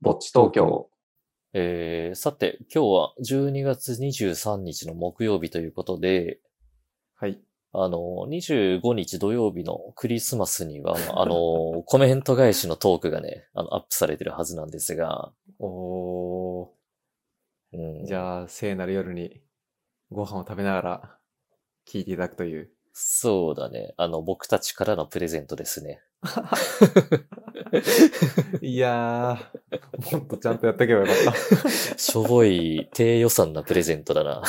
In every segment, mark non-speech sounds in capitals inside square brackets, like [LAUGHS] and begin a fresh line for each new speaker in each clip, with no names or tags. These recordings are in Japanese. ぼっち東京。
えー、さて、今日は12月23日の木曜日ということで、
はい。
あの、25日土曜日のクリスマスには、あの、
[LAUGHS]
コメント返しのトークがね、あの、アップされてるはずなんですが、
お
うん、
ー、じゃあ、聖なる夜にご飯を食べながら聞いていただくという。
そうだね。あの、僕たちからのプレゼントですね。
いやー、もっとちゃんとやっとけばよかっ
しょぼ
[LAUGHS]
い低予算なプレゼントだな。 [LAUGHS]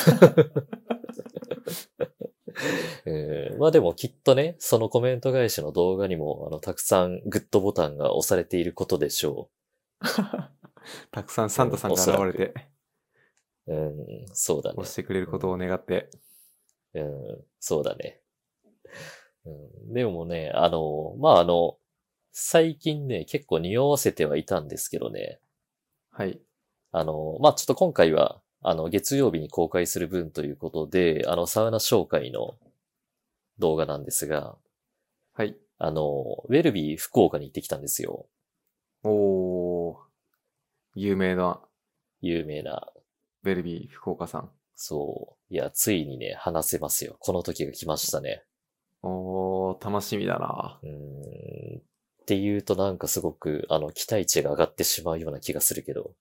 うん、まあでもきっとね、そのコメント返しの動画にも、あの、たくさんグッドボタンが押されていることでしょ
た。 [LAUGHS] たくさんサンタさんが現れて、
う。うん、そうだね
押。してくれることを願って。
うん、そうだね。うん、でもね、あの、まああの、最近ね、結構匂わせてはいたんですけどね。
はい。
あの、まあちょっと今回は、あの、月曜日に公開する分ということで、あの、サウナ紹介の動画なんですが、
はい。
あの、ウェルビー福岡に行ってきたんですよ。
おー、有名な
有名な。
ベルビー福岡さん。
そう。いや、ついにね、話せますよ。この時が来ましたね。
おー、楽しみだな。
うーん。っていうとなんかすごく、あの、期待値が上がってしまうような気がするけど。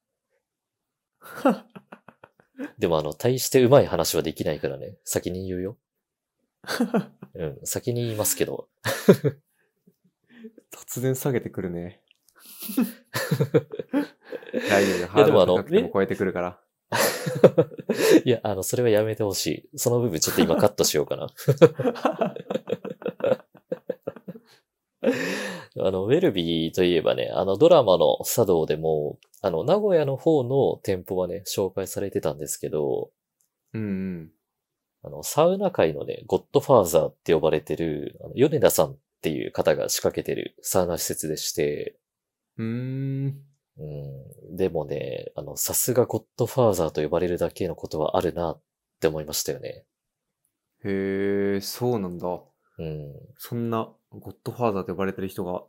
でもあの、大してうまい話はできないからね。先に言うよ。うん、先に言いますけど。
突然下げてくる [LAUGHS] ね。大丈夫。
い
ハ
や
ー
でも
ド
あの
ル高くても超えてくるから。
いや、あの、それはやめてほしい。その部分ちょっと今カットしようかな。あの、ウェルビーといえばね、あの、ドラマの茶道でも、あの、名古屋の方の店舗はね、紹介されてたんですけど、
うんうん。
あの、サウナ界のね、ゴッドファーザーって呼ばれてる、あの米田さんっていう方が仕掛けてるサウナ施設でして、
うーん。
うん、でもね、あの、さすがゴッドファーザーと呼ばれるだけのことはあるなって思いましたよね。
へえ、そうなんだ。
うん、
そんな、ゴッドファーザーと呼ばれてる人が、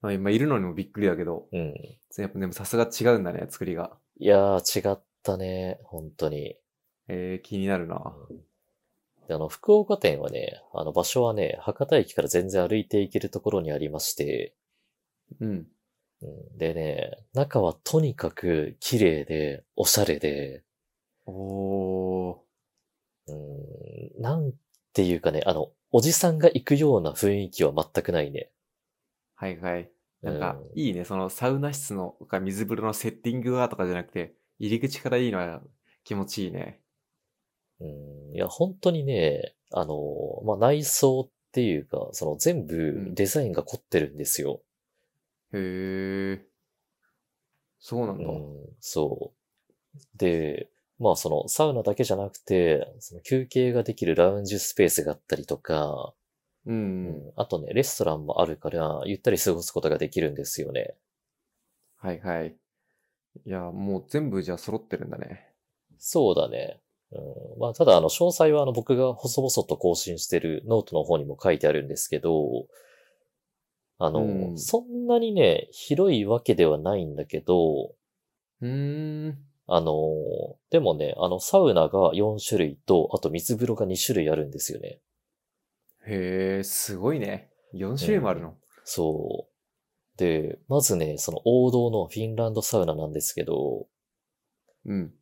まあ今いるのにもびっくりだけど、
うん。
やっぱでもさすが違うんだね、作りが。
いやー、違ったね、本当に。
えー、気になるな。
であの、福岡店はね、あの場所はね、博多駅から全然歩いて行けるところにありまして、
うん。
うんでね、中はとにかく綺麗で、おしゃれで、
おー。
うんなんていうかね、あの、おじさんが行くような雰囲気は全くないね。
はいはい。なんか
う、
いいね、そのサウナ室の、か水風呂のセッティングがとかじゃなくて、入り口からいいのは気持ちいいね。
うんいや、本当にね、あの、まあ、内装っていうか、その全部
ん
デザインが凝ってるんですよ。
へえ。そうなんだ。
うん、そう。で、まあそのサウナだけじゃなくて、その休憩ができるラウンジスペースがあったりとか、
う。
うんん、あとね、レストランもあるから、ゆったり過ごすことができるんですよね。
はいはい。いや、もう全部じゃあ揃ってるんだね。
そうだね。うん、まあただあの、詳細はあの僕が細々と更新してるノートの方にも書いてあるんですけど、あの、
うん
そんなにね、広いわけではないんだけど、
うーん。
あのーでもね、あの、サウナが4種類と、あと水風呂が2種類あるんですよね。
へえ、すごいね。4種類もあるの。
そう。で、まずね、その王道のフィンランドサウナなんですけど、
うん。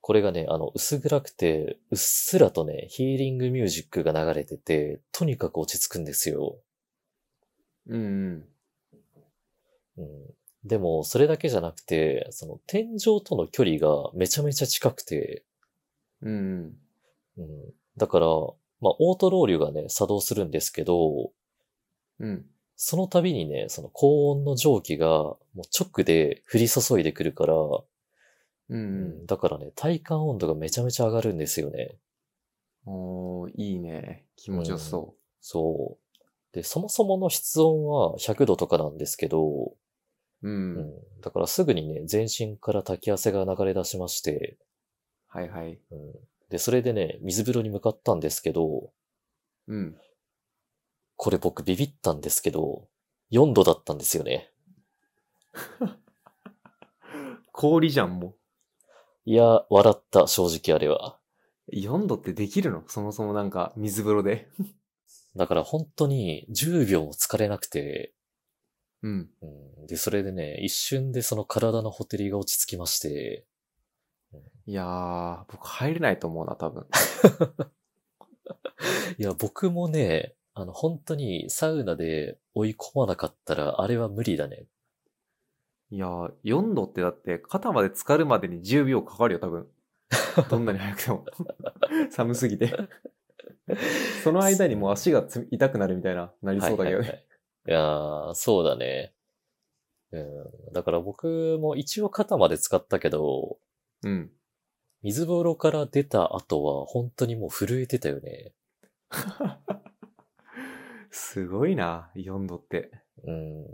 これがね、あの、薄暗くて、うっすらとね、ヒーリングミュージックが流れてて、とにかく落ち着くんですよ。
うんうん。
うん、でも、それだけじゃなくて、その、天井との距離がめちゃめちゃ近くて、
うんうん。
うん、だから、まあ、オートローリュがね、作動するんですけど、
うん。
その度にね、その高温の蒸気がもう直で降り注いでくるから、
う
うんんだからね、体感温度がめちゃめちゃ上がるんですよね。
うん。おー、いいね。気持ちよそ
そう。で、そもそもの室温は100度とかなんですけど、
う。う。
うんんだからすぐにね、全身から炊き汗が流れ出しまして、
はいはい。
うんで、それでね、水風呂に向かったんですけど、
うん。
これ僕ビビったんですけど、4度だったんですよね。
氷じゃん、も
いや、笑った、正直あれは。
う。4度ってできるのそもそもなんか、水風呂で。
だから本当に10秒も疲れなくて、
うん。
うん、で、それでね、一瞬でその体のほてりが落ち着きまして、
いやー、僕入れないと思うな、多分。
いや、僕もね、あの、本当にサウナで追い込まなかったら、あれは無理だね。
いやー、4度ってだって、肩まで浸かるまでに10秒かかるよ、多分。どんなに早くても。寒すぎて。その間にもう足がつ痛くなるみたいな、なりそうだけど
は
ね。
いはいはい、いやーそうだね。うん、だから僕も一応肩まで使ったけど、
うん。
水風呂から出た後は本当にもう震えてたよね。
すごいな、4度って。
うん。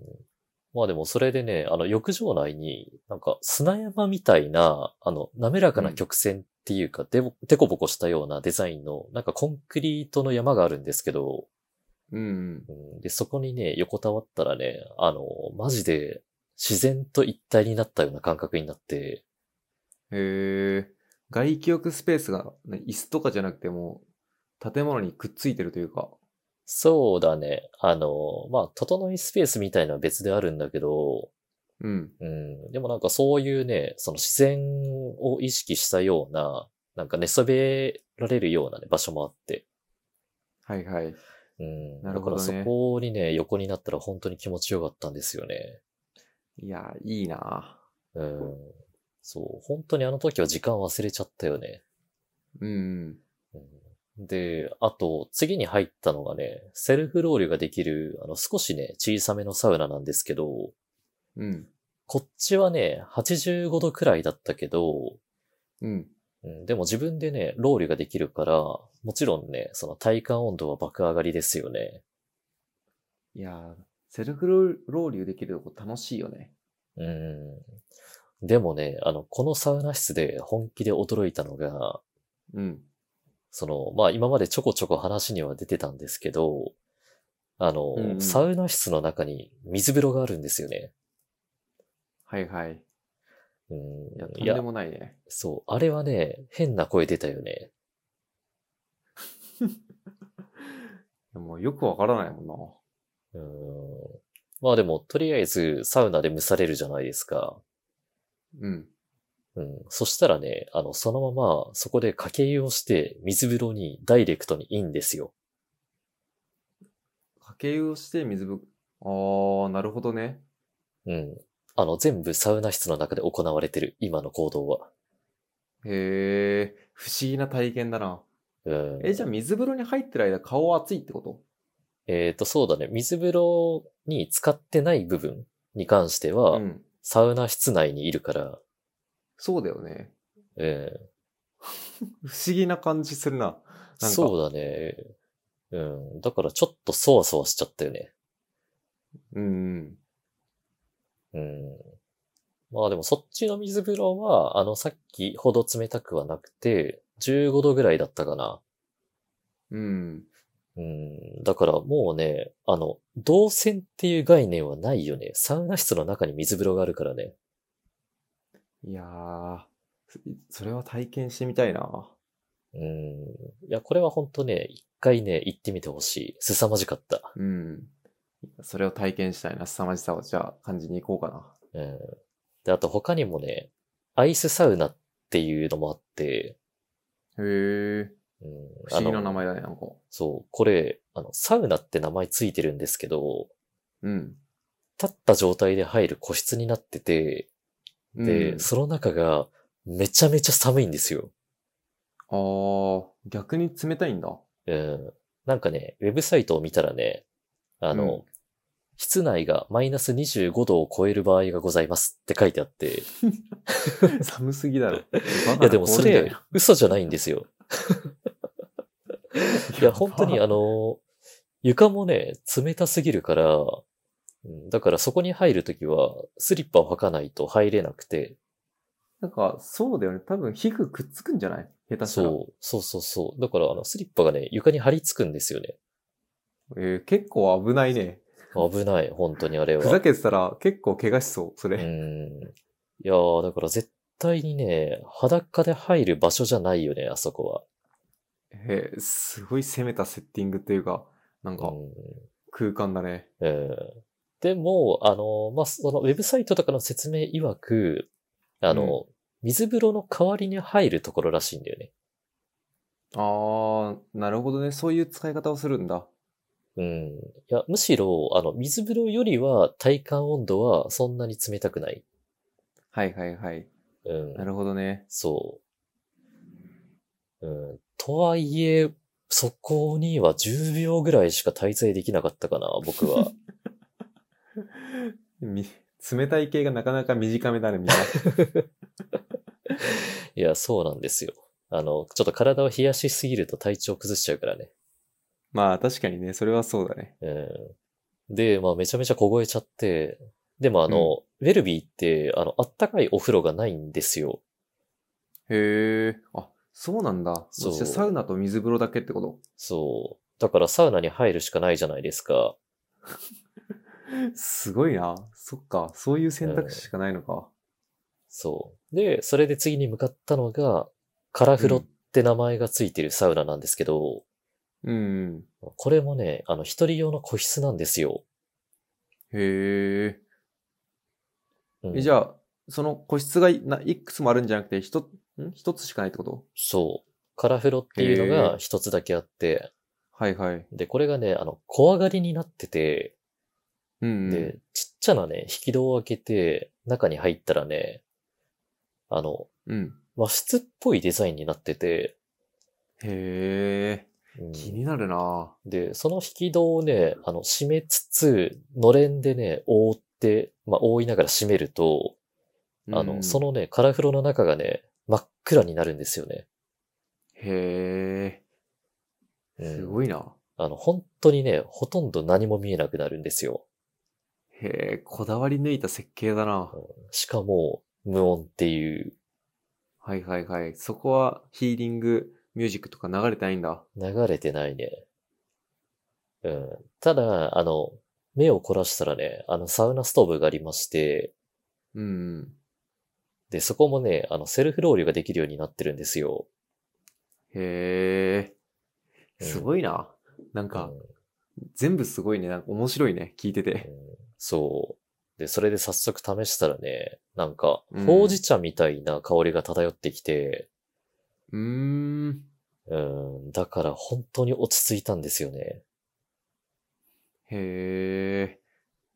まあでもそれでね、あの浴場内になんか砂山みたいな、あの滑らかな曲線っていうか、でぼ、でこぼこしたようなデザインのなんかコンクリートの山があるんですけど、
うん。
うん、で、そこにね、横たわったらね、あの、マジで自然と一体になったような感覚になって、
へえ。外気浴スペースが、ね、椅子とかじゃなくてもう、建物にくっついてるというか。
そうだね。あの、まあ、整いスペースみたいのは別であるんだけど、
うん。
うん、でもなんかそういうね、その自然を意識したような、なんか寝そべられるような、ね、場所もあって、
はいはい。
うん、
なるほどね
だからそこにね、横になったら本当に気持ちよかったんですよね。
いや、いいな
うん、そう、本当にあの時は時間忘れちゃったよね。
うん。
うん、で、あと、次に入ったのがね、セルフロールができる、あの、少しね、小さめのサウナなんですけど、
うん。
こっちはね、85度くらいだったけど、
うん。
うん、でも自分でね、ロウリュができるから、もちろんね、その体感温度は爆上がりですよね。
いや、セルフローリュできるとこ楽しいよね。
うん。でもね、あの、このサウナ室で本気で驚いたのが、
うん。
その、まあ今までちょこちょこ話には出てたんですけど、あの、
うんうん
サウナ室の中に水風呂があるんですよね。
はいはい。
う
い
ん
や、と、
い
ん
や
で、もないね。
そう、あれはね、変な声出たよね。
もうよくわからないもん
うん。まあでも、とりあえず、サウナで蒸されるじゃないですか。
な。うん。
うん。そしたらね、あの、そのまま、そこで掛け湯をして、水風呂にダイレクトにインですよ。
掛け湯をして水ぶ、あー、なるほどね。
うん。あの、全部サウナ室の中で行われてる、今の行動は。
へえ、不思議な体験だな。
うん。
え、じゃあ水風呂に入ってる間顔熱いってこと
えっ、と、そうだね。水風呂に使ってない部分に関しては、
うん。
サウナ室内にいるから、
そうだよね。
うん。
不思議な感じするな。なんか
そうだね。うん。だから、ちょっとそわそわしちゃったよね。
うんうん。
うん。まあでもそっちの水風呂は、あのさっきほど冷たくはなくて、15度ぐらいだったかな。
うん。
うん。だからもうね、あの、動線っていう概念はないよね。サウナ室の中に水風呂があるからね。
いやー、そそれは体験してみたいな。
うん。いや、これは本当ね、一回ね、行ってみてほしい。凄まじかった。
うん。それを体験したいな。凄まじさをじゃあ感じに行こうかな。
うん。で、あと他にもね、アイスサウナっていうのもあって、
へえ、
うん。
不思議な名
あの
前だね、なんか。
そう、これ、あの、サウナって名前ついてるんですけど、
うん。
立った状態で入る個室になってて、で、
うん、
その中がめちゃめちゃ寒いんですよ。
あー、逆に冷たいん
[LAUGHS]
だ。
うん。なんかね、ウェブサイトを見たらね、あの、
うん
室内がマイナス25度を超える場合がございますって書いてあって、い
寒すぎだろ。
やでもそ
バカな氷みたい
れ
な
嘘じゃないんですよ。いや、本当にあの、床もね、冷たすぎるから、うんだからそこに入るときはスリッパを履かないと入れなくて、
なんか、そうだよね。多分、皮膚くっつくんじゃない下手したら。
そう、そうそうそう。だから、あの、スリッパがね、床に張り付くんですよね。
えー結構危ないね。
危ない、本当にあれは。
ふざけてたら結構怪我しそう、それ。
うん。いやー、だから絶対にね、裸で入る場所じゃないよね、あそこは。
えーすごい攻めたセッティングっていうか、なんか
うん
空間だね。
えーでも、あの、まあ、そのウェブサイトとかの説明曰く、あの、水風呂の代わりに入るところらしいんだよね。
ああ、なるほどね。そういう使い方をするんだ。
うん。いや、むしろ、あの、水風呂よりは体感温度はそんなに冷たくない。
はいはいはい。
うん。
なるほどね。
そう。うん。とはいえ、そこには10秒ぐらいしか滞在できなかったかな、僕は。
み冷たい系がなかなか短めだね、みんな。
いや、そうなんですよ。あの、ちょっと体を冷やしすぎると体調崩しちゃうからね。
まあ確かにね、それはそうだね。
うん。で、まあめちゃめちゃ凍えちゃって、でもあの、ウェルビーって、あの、あったかいお風呂がないんですよ。
へえ。あ、そうなんだ。
そ
そうしてサウナと水風呂だけってこと。
そう。だからサウナに入るしかないじゃないですか。
すごいな。そっか。そういう選択肢しかないのか。
そう。で、それで次に向かったのが、カラフロって名前がついてるサウナなんですけど、
うん。うん、
これもね、あの、一人用の個室なんですよ。
へえ。
うん
えじゃあ、その個室がいないくつもあるんじゃなくて、ひとん一つしかないってこと
そう。カラフロっていうのが一つだけあって、
はいはい。
で、これがね、あの、小上がりになってて、
うんうん、
で、ちっちゃなね、引き戸を開けて、中に入ったらね、あの、
うん。
和室っぽいデザインになってて、
へえ。
うん
気になるな。
で、その引き戸をね、あの、閉めつつ、のれんでね、覆って、まあ、覆いながら閉めると、あの、そ
の。
のね、カラフロの中がね、真っ暗になるんですよね。
へ
う
え。
ん
すごいな。
あの、本当にね、ほとんど何も見えなくなるんですよ。
へえ、こだわり抜いた設計だな。
しかも、無音っていう、
はいはいはい。そこはヒーリングミュージックとか流れてないんだ。
流れてないね。うん。ただ、あの、目を凝らしたらね、あの、サウナストーブがありまして、
うんうん。
で、そこもね、あの、セルフロウリュができるようになってるんですよ。
へえ。
うん
すごいな。なん
う
か
ん、
全部すごいね。なんか面白いね。聞いて
う
て。
んそう。で、それで早速試したらね、なんか、
うん
ほうじ茶みたいな香りが漂ってきて、
うーん。
うん、だから本当に落ち着いたんですよね。
へえ。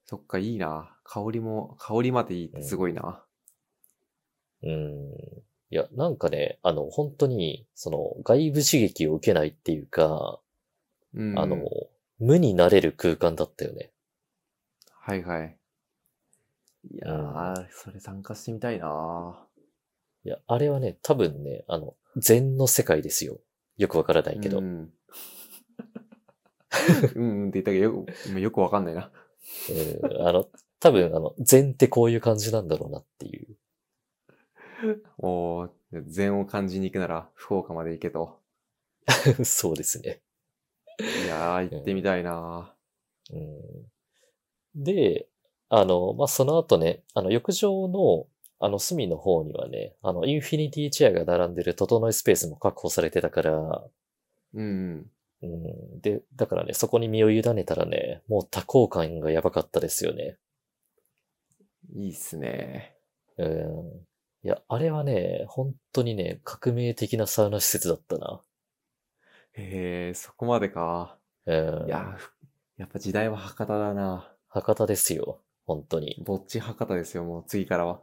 そっか、いいな。香りも、香りまでいいってすごいな。
うん。いや、なんかね、あの、本当に、その、外部刺激を受けないっていうか、
うん。
あの、無になれる空間だったよね。
はいはい。いやー、それ参加してみたいない
や、あれはね、多分ね、あの、禅の世界ですよ。よくわからな
ー
いけど。
う
うん
ん。 [LAUGHS] うんうんって言ったけど、よく、よくわかんないな。
あの、多分、あの、禅ってこういう感じなんだろうなっていう。
おー、禅を感じに行くなら、福岡まで行けと。
そう [LAUGHS] ですね、
いやー、行ってみたいな
うん。で、あの、まあ、その後ね、あの、浴場の、あの、隅の方にはね、あの、インフィニティチェアが並んでる整いスペースも確保されてたから、
うん。
うん、で、だからね、そこに身を委ねたらね、もう多幸感がやばかったですよね。
いいっすね。
うん。いや、あれはね、本当にね、革命的なサウナ施設だったな。
へえ、そこまでか。
うん。
いやー、ふやっぱ時代は博多だな
博多ですよ。本当に。
ぼっち博多ですよ、もう次からは。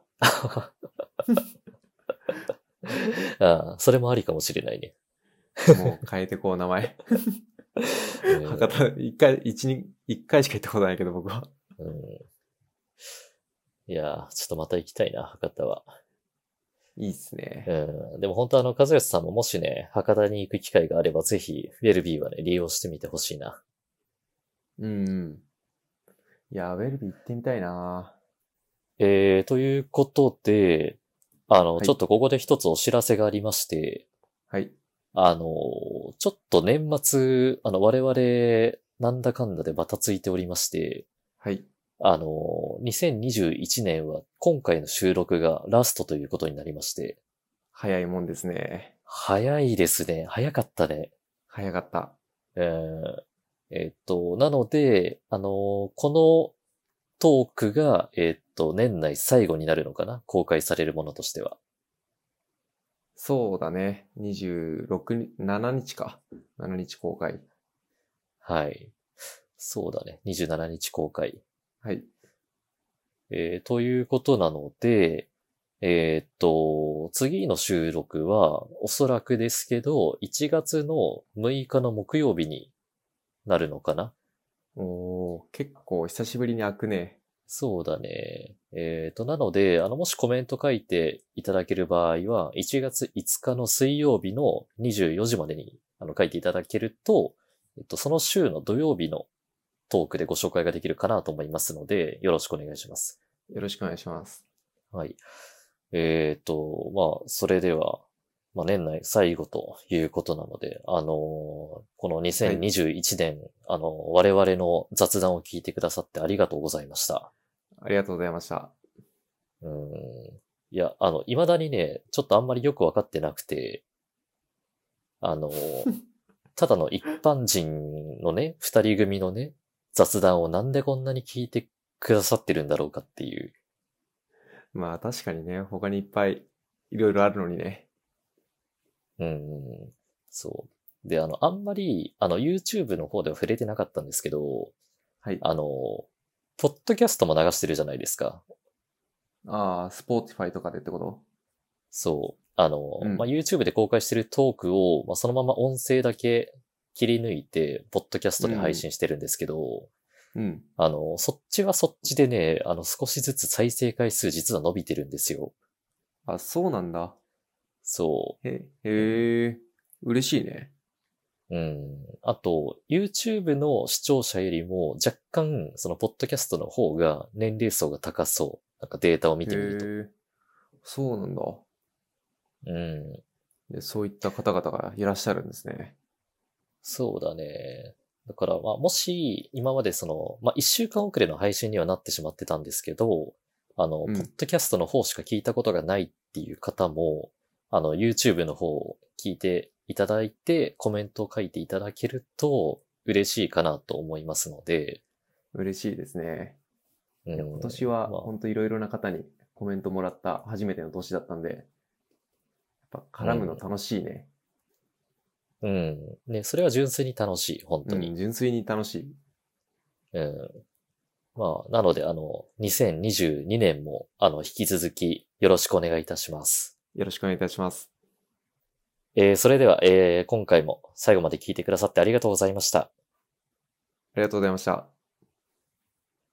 ああ、それもありかもしれないね。
もう変えてこう、名前。
うん
博多、一回、一、に一回しか行ったことないけど、僕は。
うん。いやー、ちょっとまた行きたいな、博多は。
いいっすね。
うん。でも本当あの、和義さんももしね、博多に行く機会があれば、ぜひ、ウェルビーはね、利用してみてほしいな。
うんうん。いや、ウェルビー行ってみたいな
えー、ということで、あの、
はい
ちょっとここで一つお知らせがありまして、
はい。
あの、ちょっと年末、あの、我々、なんだかんだでバタついておりまして、
はい。
あのー、2021年は今回の収録がラストということになりまして、
早いもんですね。
早いですね。早かったね。
早かった。
えーえっと、なので、あのーこのトークが、えっと、年内最後になるのかな公開されるものとしては。
そうだね。26日、7日か。7日公開。
はい。そうだね。27日公開。
はい。
えーということなので、えーっと、次の収録は、おそらくですけど、1月の6日の木曜日になるのかな
おー、結構久しぶりに開くね。
そうだね。えーと、なので、あの、もしコメント書いていただける場合は、1月5日の水曜日の24時までに、あの、書いていただけると、えっと、その週の土曜日のトークでご紹介ができるかなと思いますので、よろしくお願いします。
よろしくお願いします。
はい。えっ、と、まあ、それでは、まあ、年内最後ということなので、あのーこの2021年、あの我々の雑談を聞いてくださってありがとうございました。
ありがとうございました。
うーん。いや、あの、未だにね、ちょっとあんまりよくわかってなくて、あのーただの一般人のね、二人組のね、雑談をなんでこんなに聞いてくださってるんだろうかっていう。
まあ確かにね、他にいっぱいいろいろあるのにね。
うん、そう。で、あの、あんまり、あの、YouTube の方では触れてなかったんですけど、
はい。
あの、ポッドキャストも流してるじゃないですか。
ああ、スポーティファイとかでってこと
そう。あの、
うん
まあ、YouTube で公開してるトークを、まあ、そのまま音声だけ切り抜いて、ポッドキャストで配信してるんですけど、
うん。
あの、そっちはそっちでね、あの、少しずつ再生回数実は伸びてるんですよ。
あ、そうなんだ。
そう。
へ、へえ、嬉しいね。
うん。あと、YouTube の視聴者よりも若干、その、ポッドキャストの方が年齢層が高そう。なんかデータを見てみると。
へえ、そうなんだ。
うん。
で、そういった方々がいらっしゃるんですね。
そうだね。だから、まあ、もし、今までその、まあ、一週間遅れの配信にはなってしまってたんですけど、あの、
うん
ポッドキャストの方しか聞いたことがないっていう方も、あの、YouTube の方を聞いていただいて、コメントを書いていただけると嬉しいかなと思いますので、
嬉しいですね。
うん、
今年は
まあ
本当いろいろな方にコメントもらった初めての年だったんで、やっぱ絡むの楽しいね。
うん。ね、それは純粋に楽しい、本
う
当
ん、
に。
純粋に楽しい。
うん。まあ、なので、あの、2022年も、あの、引き続き、よろしくお願いいたします。
よろしくお願いいたします。
えー、それでは、えー、今回も最後まで聞いてくださってありがとうございました。
ありがとうございました。